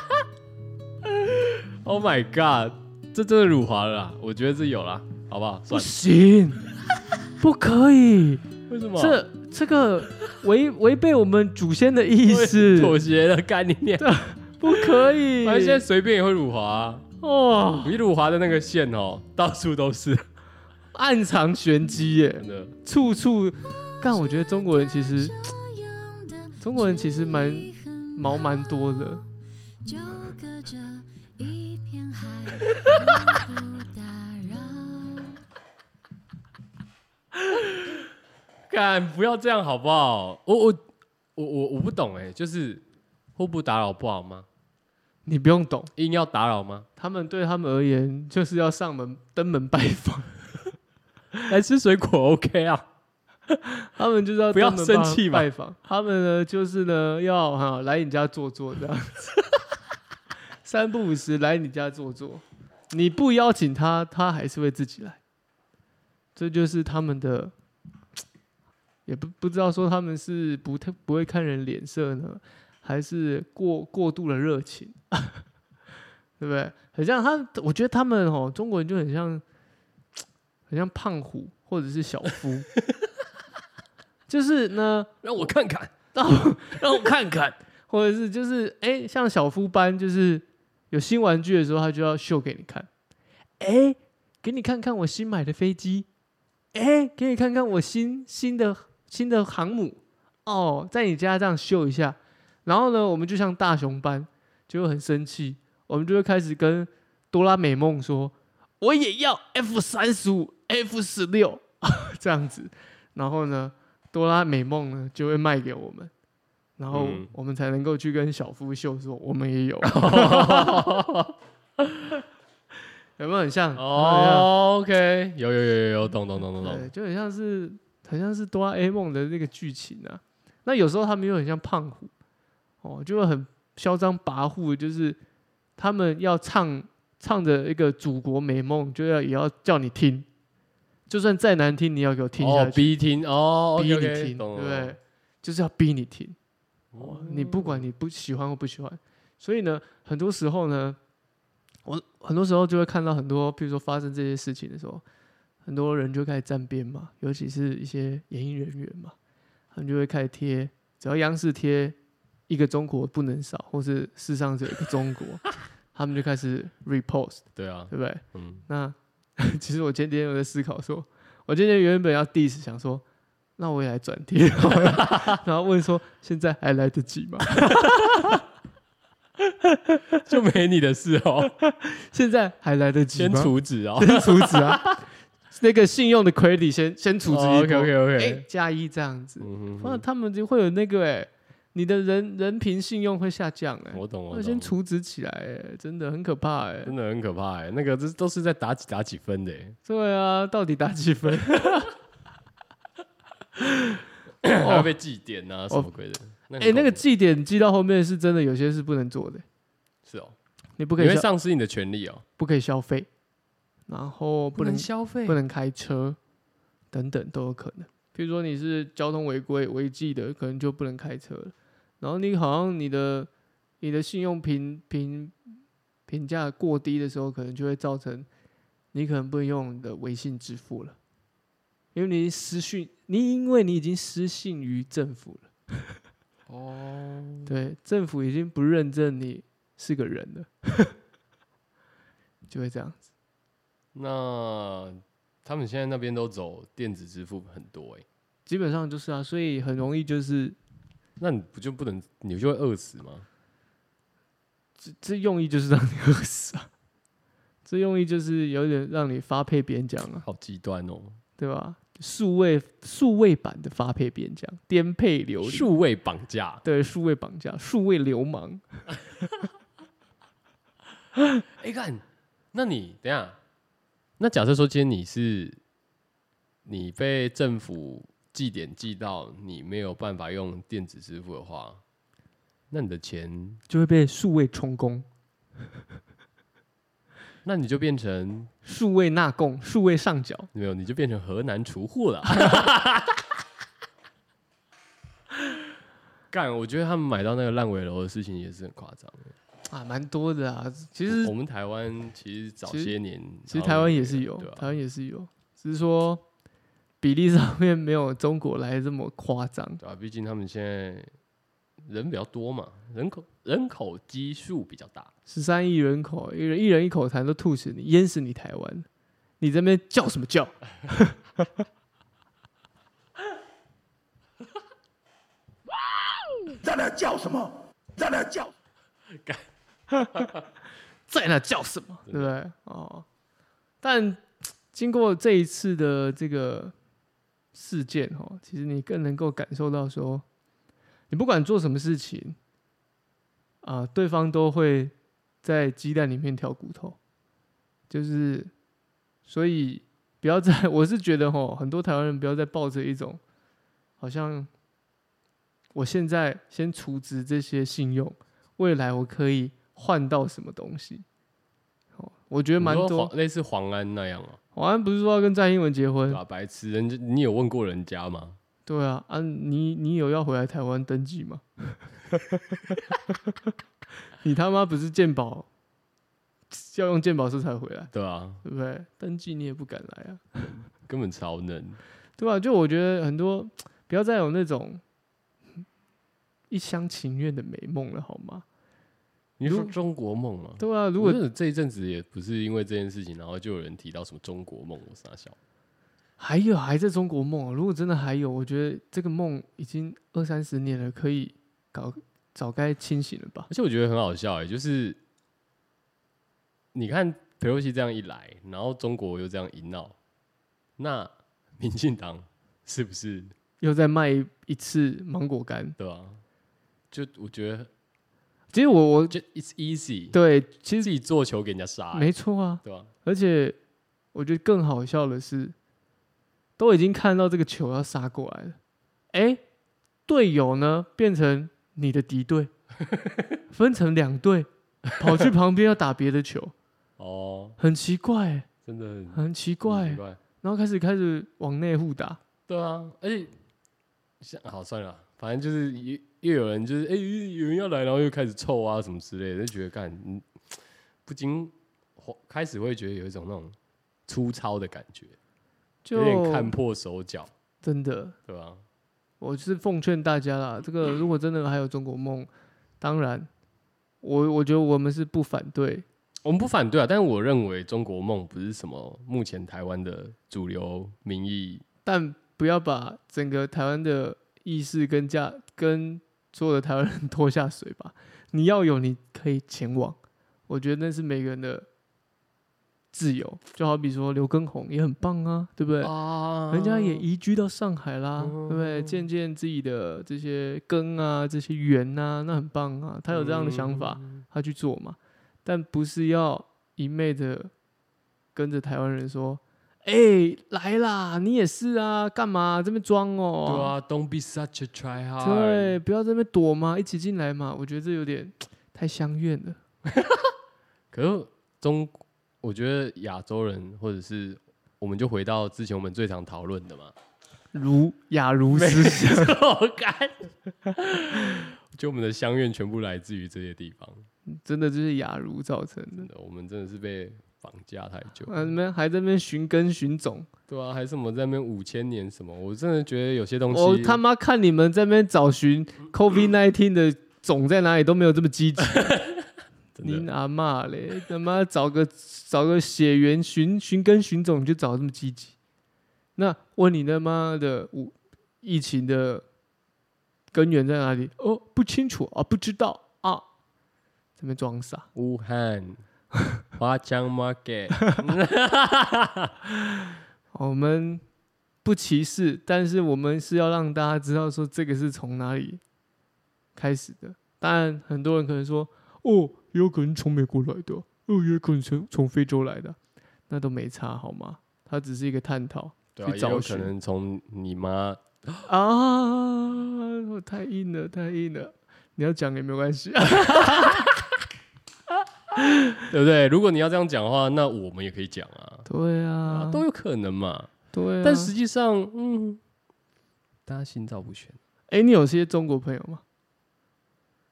！Oh my god，这真的辱华了啦，我觉得这有啦，好不好？不算了，行，不可以，为什么这这个违违背我们祖先的意 思，妥协了？干你娘！不可以。反正现在随便也会辱华、啊，哦，你辱华的那个线哦，到处都是，暗藏玄机耶。真的。处处，但我觉得中国人其实这样的中国人其实蛮距离很毛蛮多的，就隔着一 片海，不打扰。干，不要这样好不好？我我我我我不懂哎、就是互不打扰不好吗？你不用懂，硬要打扰吗？他们对他们而言就是要上门登门拜访，来吃水果 OK 啊？他们就是要不要登门拜生气嘛拜访，他们呢就是呢要哈、来你家坐坐这样子， 三不五时来你家坐坐，你不邀请他，他还是会自己来，这就是他们的。也不不知道说他们是不太不会看人脸色呢，还是过过度的热情， 对不对？很像他，我觉得他们哦，中国人就很像，很像胖虎或者是小夫， 就是呢，让我看看， 让我看看，或者是就是哎、像小夫班，就是有新玩具的时候，他就要秀给你看，哎、给你看看我新买的飞机，哎、给你看看我新新的新的航母，哦，在你家这样秀一下，然后呢，我们就像大熊班，就会很生气，我们就会开始跟哆啦美梦说，我也要 F 三十五、F 十六 这样子，然后呢，哆啦美梦呢就会卖给我们，然后嗯我们才能够去跟小夫秀说我们也有，有没有很像？哦，OK，有哦有有有有，懂懂懂懂对，懂，就很像是很像是哆啦 A 梦的那个剧情啊。那有时候他们又很像胖虎，哦，就会很嚣张跋扈，就是他们要唱唱着一个祖国美梦，就要也要叫你听，就算再难听，你要给我听哦下去，逼听哦，逼你 OK，OK，听，懂对不懂对？就是要逼你听。哦，你不管你不喜欢或不喜欢，所以呢，很多时候呢，我很多时候就会看到很多，譬如说发生这些事情的时候，很多人就开始站边嘛，尤其是一些演艺人员嘛，他们就会开始贴，只要央视贴一个中国不能少，或是世上只有一个中国， 他们就开始 repost，对啊，对不对？嗯， 那 其实我前几天有在思考说，我今天原本要 diss 想说，那我也来转贴好了， 然后问说现在还来得及吗？就没你的事哦，现在还来得及先吗？处置 哦，先处止啊，那个信用的 credit 先先处置一波。 OK OK 哎 OK，加一这样子，哦嗯哇，哼他们就会有那个哎、你的人人品信用会下降哎、嗯哼我懂我要懂，先处置起来哎、真的很可怕哎、真的很可怕哎，那个这都是在打几打几分 的哎，对啊，到底打几分？还会被祭奠啊什么鬼的，哎 哦哎、那个祭点祭到后面是真的，有些是不能做的、是哦，你不你可以会消丧失你的权利哦，不可以消费，然后不能消费不能开车等等都有可能。比如说你是交通违规违纪的，可能就不能开车了。然后你好像你的你的信用评评评价过低的时候，可能就会造成你可能不能用你的微信支付了，因为你失信，你因为你已经失信于政府了。哦，对，政府已经不认证你是个人了，就会这样。那他们现在那边都走电子支付很多哎、基本上就是啊，所以很容易就是那你不就不能，你就会饿死吗？这这用意就是让你饿死啊，这用意就是有点让你发配边疆啊，好极端哦、对吧？数位数位版的发配边疆，颠沛流离，数位绑架，对数位绑架，数位流氓，哎、看，那你等一下，那假设说今天你是你被政府记点记到，你没有办法用电子支付的话，那你的钱，就会被数位充公、那你就变成数位纳贡、数位上缴，没有，你就变成河南厨户了。 干，我觉得他们买到那个烂尾楼的事情也是很夸张。啊，蛮多的啊。其实我们台湾其实早其实些年，其实台湾也是有，啊对吧、啊台湾也是有，只是说比例上面没有中国来得这么夸张。对吧、毕竟他们现在人比较多嘛，人口人口基数比较大。十三亿人口，一人一人一口痰都吐死你，淹死你台湾，你这边叫什么叫？在那叫什么？在那叫。在那叫什么？对真不的对？哦，但经过这一次的这个事件哦，其实你更能够感受到说，你不管做什么事情啊、对方都会在鸡蛋里面挑骨头，就是所以不要再，我是觉得吼，很多台湾人不要再抱着一种好像我现在先除值这些信用，未来我可以换到什么东西。哦，我觉得蛮你说多黄。类似黄安那样啊，好像不是说要跟蔡英文结婚对？啊吧、白痴，人家你有问过人家吗？对啊，啊，你你有要回来台湾登记吗？ 你他妈不是鉴宝，要用鉴宝师才回来，对啊，对不对？登记你也不敢来啊，根本超能。对吧、就我觉得很多不要再有那种一厢情愿的美梦了，好吗？你说如中国梦吗？对啊，如如果果这一阵子也不是因为这件事情，然后就有人提到什么中国梦，我傻笑。还有还在中国梦、啊如果真的还有，我觉得这个梦已经二三十年了，可以搞早该清醒了吧？欸而且我觉得很好笑哎、就是你看佩洛西这样一来，然后中国又这样一闹，那民进党是不是又再卖一一次芒果干。对吧、就我觉得，其实我我就 it's easy，对，其自实己做球给人家杀、欸没错啊，对吧、而且我觉得更好笑的是，都已经看到这个球要杀过来了，哎、队友呢变成你的敌对， 分成两队，跑去旁边要打别的球，哦，很奇怪、真的很很奇怪、很奇怪，然后开始开始往内互打，对啊，而且像好算了，反正就是又又有人就是哎、欸有人要来，然后又开始凑啊什么之类的，就觉得干嗯不禁开始会觉得有一种那种粗糙的感觉，就有点看破手脚，真的，对吧、我是奉劝大家啦，这个如果真的还有中国梦，当然，我我觉得我们是不反对，我们不反对啊，但是我认为中国梦不是什么目前台湾的主流民意，但不要把整个台湾的意识跟价跟所有的台湾人 拖下水吧。你要有，你可以前往，我觉得那是每个人的自由。就好比说刘畊宏也很棒啊，对不对？啊人家也移居到上海啦，哦对不对？见见自己的这些根啊，这些源啊，那很棒啊。他有这样的想法，嗯他去做嘛。但不是要一昧的跟着台湾人说：“哎、来啦，你也是啊，干嘛这边对装哦？啊，Don't be such a try hard，对，不要这边躲嘛，一起进来嘛。”我觉得这有点太相怨了。可是中，我觉得亚洲人或者是我们就回到之前我们最常讨论的 嘛，儒雅 儒思想，我干，就我们的乡愿全部来自于这些地方，真的就是雅儒造成的真。的，我们真的是被绑架太久，啊，你们还在那边寻根寻种，对啊，还是我们在那边五千年什么，我真的觉得有些东西，我哦他妈看你们这边找寻 COVID 1 9的种在哪里都没有这 么积极，真您的阿妈嘞，他妈找个找个血缘寻寻根寻种就找这么积极，那问你他妈的五疫情的根源在哪里？哦，不清楚啊，不知道啊，这边装傻，武 汉华强 market，哦我们不歧视，但是我们是要让大家知道说这个是从哪里开始的。当然，很多人可能说，哦，也有可能从美国来的啊，哦，也有可能从从非洲来的啊，那都没差好吗？它只是一个探讨对啊，去也找有可寻能从你妈啊，我太硬了，太硬了。你要讲也没关系，啊对不对？如果你要这样讲的话，那我们也可以讲啊，对啊啊，都有可能嘛。对啊。但实际上，嗯，大家心照不宣。哎、你有些中国朋友吗？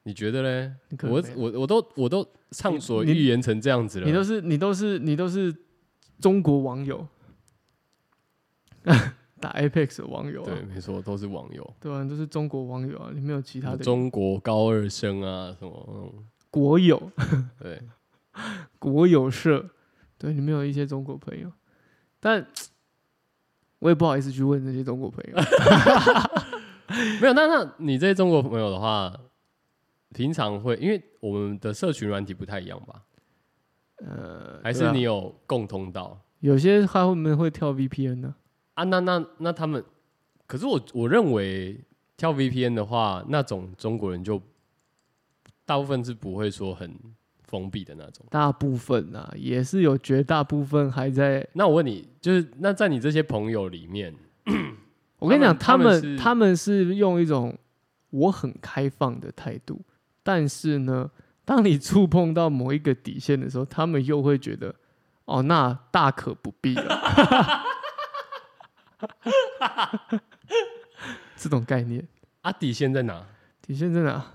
你觉得嘞你？可能我没有我我都我都畅所你你欲言成这样子了，你都是你都是你都是中国网友， 打 Apex 的网友、啊，对，没错，都是网友，对啊，你都是中国网友啊，你没有其他的中国高二生啊什么那种，国友对，国友社，对你没有一些中国朋友，但我也不好意思去问这些中国朋友， 没有。那那你在中国朋友的话，平常会因为我们的社群软体不太一样吧？呃，还对是啊你有共通到有些他们会跳 VPN 呢、啊？那那那他们，可是我我认为跳 VPN 的话，那种中国人就大部分是不会说很封闭的那种。大部分啊也是有绝大部分还在，那我问你，就是那在你这些朋友里面，我跟你讲，他他们们他们是他们是用一种我很开放的态度，但是呢，当你触碰到某一个底线的时候，他们又会觉得，哦，那大可不必了。 这种概念，啊，底线在哪？底线在哪？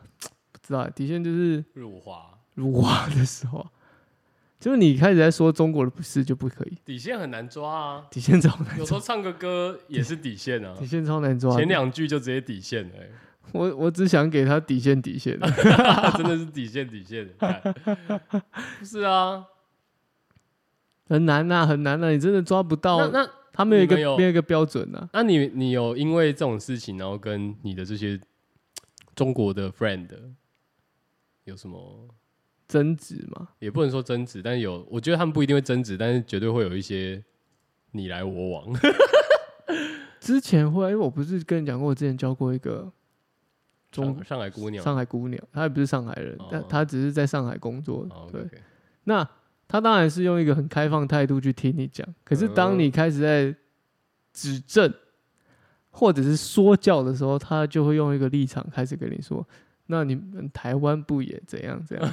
不知道，底线就是辱华，辱华的时候啊，就是你开始在说中国的不是就不可以，底线很难抓啊。底线超难有时抓候，唱个歌也是底线啊底，线超难抓的。前两句就直接底线了、欸我我只想给他底线底线的。 真的是底线底线。 看不是啊，很难呐、很难呐、啊你真的抓不那到。那他们有一个你们有没有一个标准啊呐、那你你有因为这种事情，然后跟你的这些中国的 friend 有什么争执嘛。也不能说争执，但有，我觉得他们不一定会争执，但是绝对会有一些你来我往。 之前会，因哎为我不是跟你讲过，我之前教过一个中上上海姑娘，上海姑娘，她也不是上海人，但哦她只是在上海工作。哦对， ，OK，OK 那她当然是用一个很开放态度去听你讲，可是当你开始在指正或者是说教的时候，她就会用一个立场开始跟你说：“那你们台湾不也怎样 怎样？”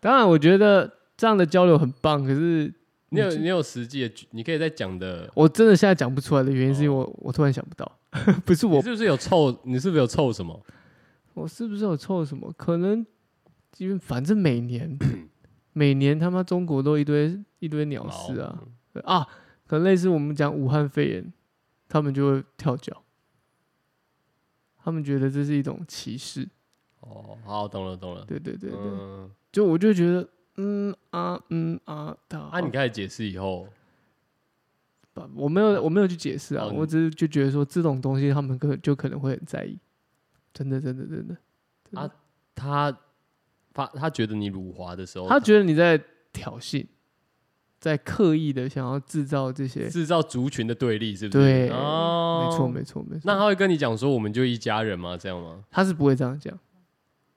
当然，我觉得这样的交流很棒，可是你有你有实际的举，你可以再讲的。我真的现在讲不出来的原因是因为我、我突然想不到， 不哦是我你是不是有凑？你是不是有凑什么？我是不是有凑什么？可能因为反正每年 每年他妈中国都一堆一堆鸟事啊对啊，可能类似我们讲武汉肺炎，他们就会跳脚，他们觉得这是一种歧视。哦，好，懂了懂了。对对对对，嗯，就我就觉得嗯啊嗯啊的啊，你开始解释以后，吧，我没有我没有去解释啊，哦你我只是就觉得说这种东西他们可就可能会很在意，真的真的真的，真的啊他发他觉得你辱华的时候，他觉得你在挑衅，在刻意的想要制造这些，制造族群的对立，是不是？对哦，没错没错没错。那他会跟你讲说我们就一家人吗？这样吗？他是不会这样讲，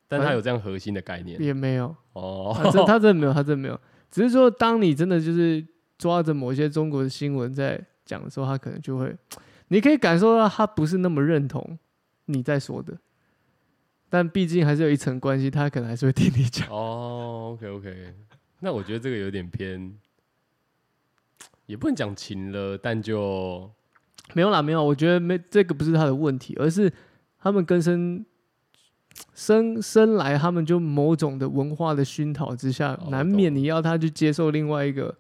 但他有这样核心的概念哎也没有，哦。他真他真的没有，他真的没有。只是说，当你真的就是抓着某些中国的新闻在讲的时候，他可能就会，你可以感受到他不是那么认同你在说的，但毕竟还是有一层关系，他可能还是会听你讲。 哦，OK OK，那我觉得这个有点偏，也不能讲情了，但就没有啦，没有，我觉得没这个不是他的问题，而是他们根深生生来，他们就某种的文化的熏陶之下，哦我难懂免了你要他去接受另外一个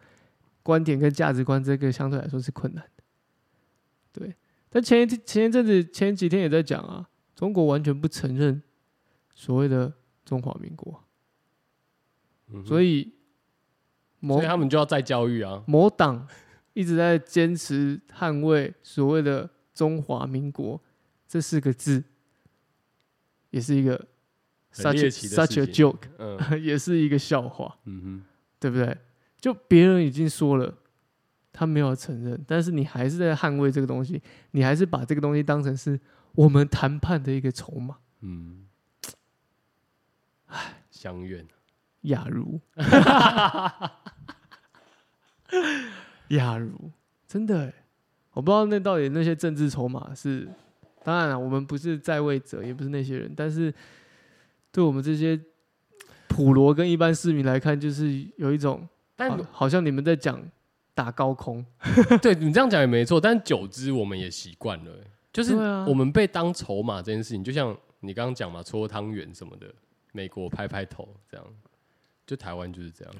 观点跟价值观，这个相对来说是困难的。对，但前一天前一阵子前几天也在讲啊，中国完全不承认所谓的中华民国，嗯哼所以某所以他们就要再教育啊。某党一直在坚持捍卫所谓的中华民国这四个字，也是一个很 such 猎 a, 奇的 such a 事情 joke，嗯 也是一个笑话，嗯对不对？就别人已经说了，他没有承认，但是你还是在捍卫这个东西，你还是把这个东西当成是我们谈判的一个筹码。哼嗯，唉，相怨。雅 茹，雅茹，真的欸，我不知道那到底那些政治筹码是，当然了，我们不是在位者，也不是那些人，但是对我们这些普罗跟一般市民来看，就是有一种，但好好像你们在讲打高空， 对你这样讲也没错，但久之我们也习惯了欸、就是对啊我们被当筹码这件事情，就像你刚刚讲嘛，搓汤圆什么的，美国拍拍头这样，就台湾就是这样。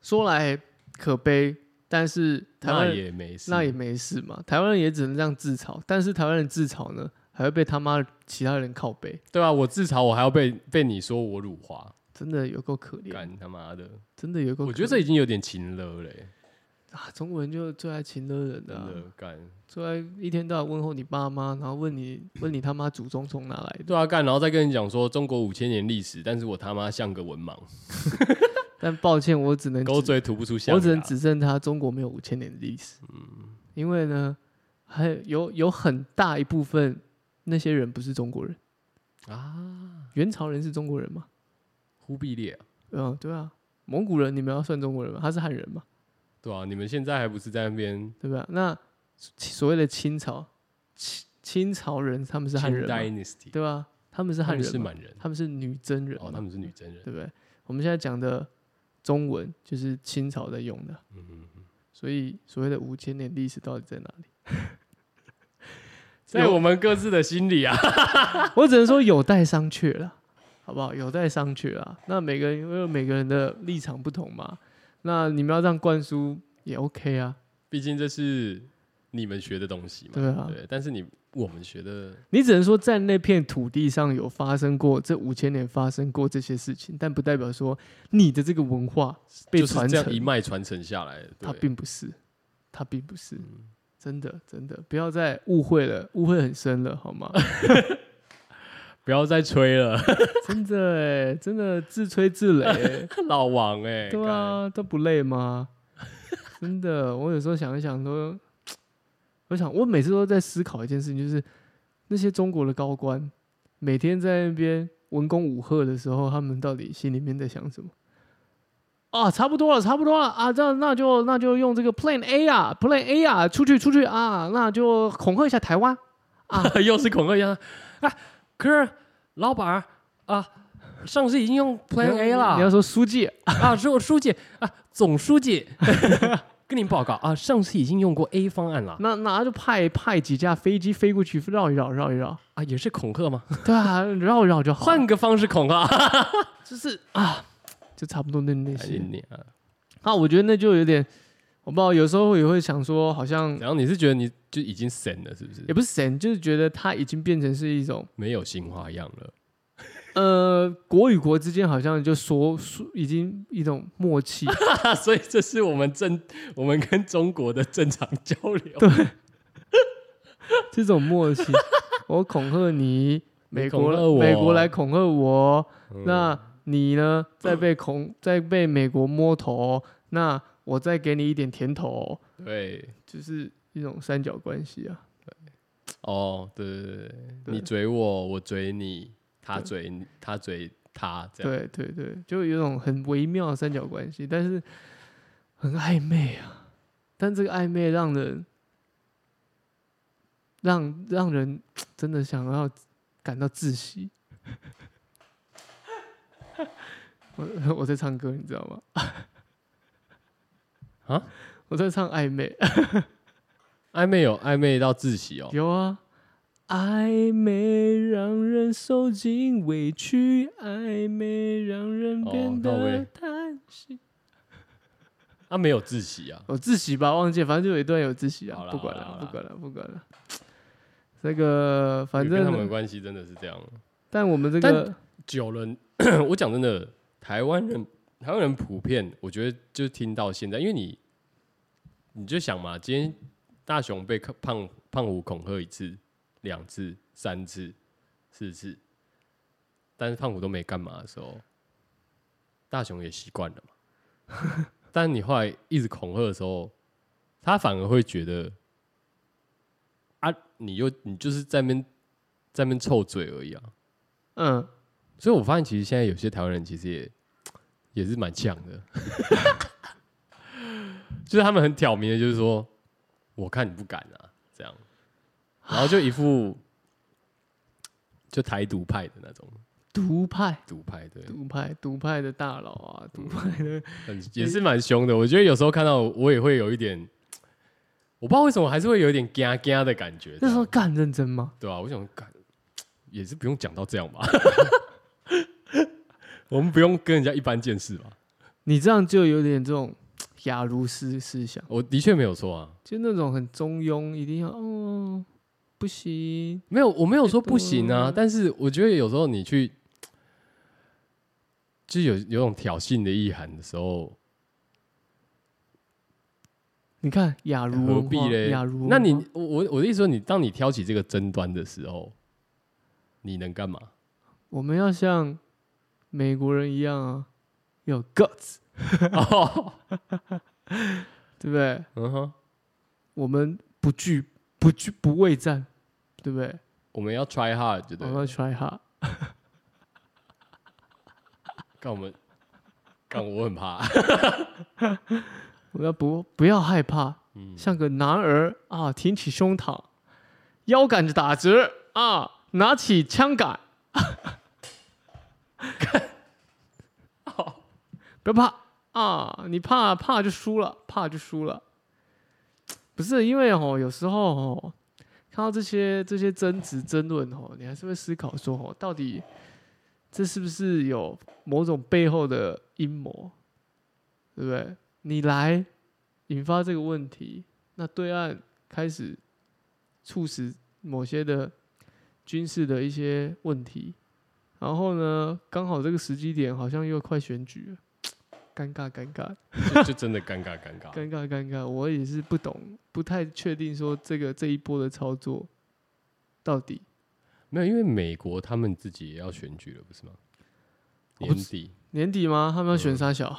说来可悲，但是台湾那人也没事，那也没事嘛，台湾人也只能这样自嘲，但是台湾人自嘲呢，还会被他妈其他人靠背。对啊，我自嘲，我还要被被你说我辱华，真的有够可怜，干他妈的！真的有够可怜。我觉得这已经有点情了嘞，啊，中国人就最爱勤勒人真的、的啊，干。最爱一天到晚问候你爸妈，然后问你问你他妈祖宗从哪来的。对啊，干，然后再跟你讲说中国五千年历史，但是我他妈像个文盲，但抱歉，我只能狗指嘴吐不出象牙。我只能指证他中国没有五千年的历史。嗯因为呢，还有有很大一部分那些人不是中国人，啊，元朝人是中国人吗？忽必烈啊、嗯，对啊，蒙古人你们要算中国人吗？他是汉人嘛，对啊，你们现在还不是在那边对吧？那所谓的清朝，清清朝人他们是汉人 Qing 嘛， Dynasty，对吧？他们是他汉们人是嘛，满人，他们是女真人哦，嘛他们是女真人，对不对？我们现在讲的中文就是清朝在用的，嗯，所以所谓的五千年历史到底在哪里？ 在我们各自的心里啊， 我只能说有待商榷了，好不好？有待商榷啊。那每个人因为每个人的立场不同嘛，那你们要这样灌输也 OK 啊。毕竟这是你们学的东西嘛，对啊但是你我们学的，你只能说在那片土地上有发生过这五千年发生过这些事情，但不代表说你的这个文化被就是传这样承一脉传承下来的，它对并不是，它并不是，真的真的，不要再误会了，误会很深了，好吗？不要再吹了， 真的哎，真的自吹自擂欸，老王哎、对啊，都不累吗？真的，我有时候想一想都，我想我每次都在思考一件事情，就是那些中国的高官每天在那边文攻武赫的时候，他们到底心里面在想什么？啊，差不多了，差不多了啊，这样那就那就用这个 Plan A 啊，Plan A 啊，出去出去啊，那就恐吓一下台湾。干 又是恐吓一样啊！可是老板儿啊，上次已经用 Plan A 你要了说书记，啊，书书记啊，总书记 跟你报告啊，上次已经用过 A 方案了那那就派派几架飞机飞过去绕一绕，绕 一绕，啊，也是恐吓吗？对啊，绕一绕就好了。换个方式恐吓，就是啊，就差不多那那 些。你啊，啊，我觉得那就有点，我不知道，有时候也会想说，好像然后你是觉得你就已经神了，是不是也？不是神，就是觉得它已经变成是一种没有新花样了， 呃，国与国之间好像就说说已经一种 默契，啊、所以这是我们正我们跟中国的正常交流。这种 默契，我恐吓你，美恐国吓我美国来恐吓我，嗯那你呢再被恐再被美国摸头，那我再给你一点甜头，对，就是一种三角关系啊。哦，对对对对，对你追我，我追你，他对追你他追他，这样对对对，就有一种很微妙的三角关系，但是很暧昧啊。但这个暧昧让人让让人真的想要感到窒息。 我我 在唱歌，你知道吗？啊，哦我在唱暧昧，暧昧有暧昧到窒息哦。 有啊。暧昧让人受尽委屈，暧昧让人哦变到位得叹息。他没有自习啊，有自习吧，忘记了，反正就有一段有自习啊好，啦不管好啦了好，啦不管了，不管了。这个反跟他们的正，关系真的是这样。但我们这个久了， 我讲真的，台湾人台湾人普遍，我觉得就听到现在，因为你你就想嘛，今天大雄被克胖胖虎恐吓一次、两次、三次、四次，但是胖虎都没干嘛的时候，大雄也习惯了嘛。但你后来一直恐吓的时候，他反而会觉得啊，你又你就是在那边在那边臭嘴而已啊。嗯，所以我发现，其实现在有些台湾人其实也也是蛮呛的， 就是他们很挑明的，就是说，我看你不敢啊，这样，然后就一副就台独派的那种独派，独派，对，独派，独派的大佬啊，嗯独派的，很也是蛮凶的。我觉得有时候看到我也会有一点，我不知道为什么还是会有一点嘎嘎的感觉。 那时候这样干认真吗？对啊，我想干也是不用讲到这样吧， 我们不用跟人家一般见识吧。你这样就有点这种雅茹斯思想，我的确没有错啊，就那种很中庸，一定要哦，不行，没有，我没有说不行啊哎对，但是我觉得有时候你去，就有有种挑衅的意涵的时候，你看雅茹文化何必嘞雅茹文？化，那你我我我的意思说，你当你挑起这个争端的时候，你能干嘛？我们要像美国人一样啊，要有 guts，对不对？嗯哼，我们不惧不惧不畏战，对不对？我们要 try hard，觉我得们要 try hard。干 我们干我很怕，我们要不不要害怕，像个男儿啊，挺起胸膛，腰杆子打直啊，拿起枪杆，不要怕啊，你怕怕就输了，怕就输了。不是因为哦，有时候哦，看到这些这些争执争论哦，你还是会思考说哦，到底这是不是有某种背后的阴谋，对不对？你来引发这个问题，那对岸开始促使某些的军事的一些问题，然后呢，刚好这个时机点好像又快选举了，尴尬尴尬就就真的尴尬尴尬。尴尬尴尬，我也是不懂，不太确定说这个这一波的操作到底没有，因为美国他们自己也要选举了，不是吗？我不年知底年底吗？他们要选嗯啥小？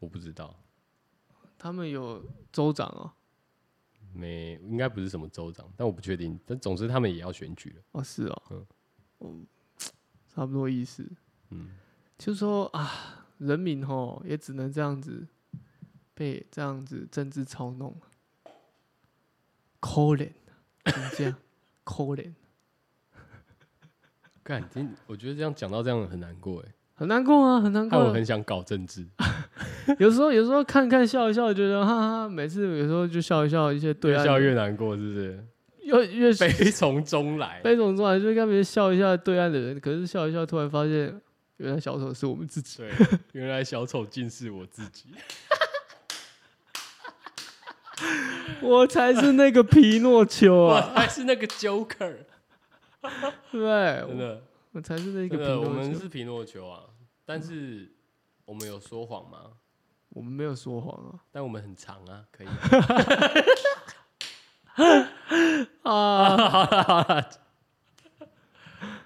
我不知道，他们有州长哦。没应该不是什么州长，但我不确定。但总之他们也要选举了。哦，是哦，嗯嗯，差不多意思，嗯，就说啊，人民吼也只能这样子被这样子政治操弄了，可怜，你这样 可怜，干，今我觉得这样讲到这样很难过哎，很难过啊，很难过害啊、我很想搞政治。有时候有时候看看笑一笑，觉得哈哈，每次有时候就笑一笑一些越对啊岸笑的 越难过，是不是？越越悲从中来。悲从中来，就跟别人笑一下对岸的人，可是笑一笑，突然发现原来小丑是我们自己。对，原来小丑竟是我自己。 我才是那个皮诺丘 我啊！还是那个 Joker， 对不对，真的，我才是那个真皮的，我诺们丘。是皮诺丘啊，但是我们有说谎吗？我们没有说谎但我们很长啊， 可以啊。啊！ 啊好了好了，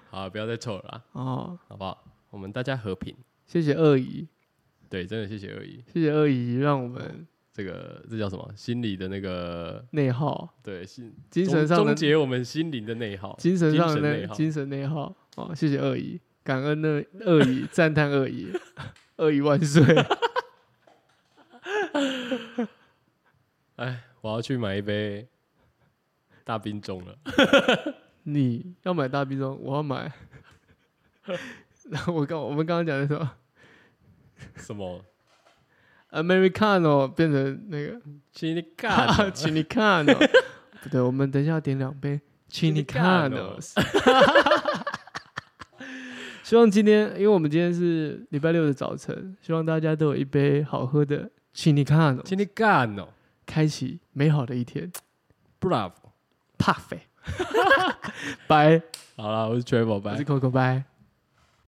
好了，不要再臭了啦，哦，好不好？我们大家和平。谢谢二姨，对，真的谢谢而已。谢谢二姨，让我们这个这叫什么？心理的那个内耗，对心精神终上的终结我们心灵的内耗，精神上的内内耗。精神内耗。哦，谢谢二姨，感恩二二姨，赞叹二姨， 二姨万岁！哎，我要去买一杯大冰中了。 你要买大冰钟，我要买。 然后我刚我们刚刚讲的什么什么？ Americano 变成那个，请你看 请你看哦。 不对，我们等一下要点两杯，请你看哦。 希望今天，因为我们今天是礼拜六的早晨，希望大家都有一杯好喝的，请你看哦，请你干哦开启美好的一天。 ，Bravo！怕肥，拜，欸 好了，我是 Travel，我拜是。Coco，拜。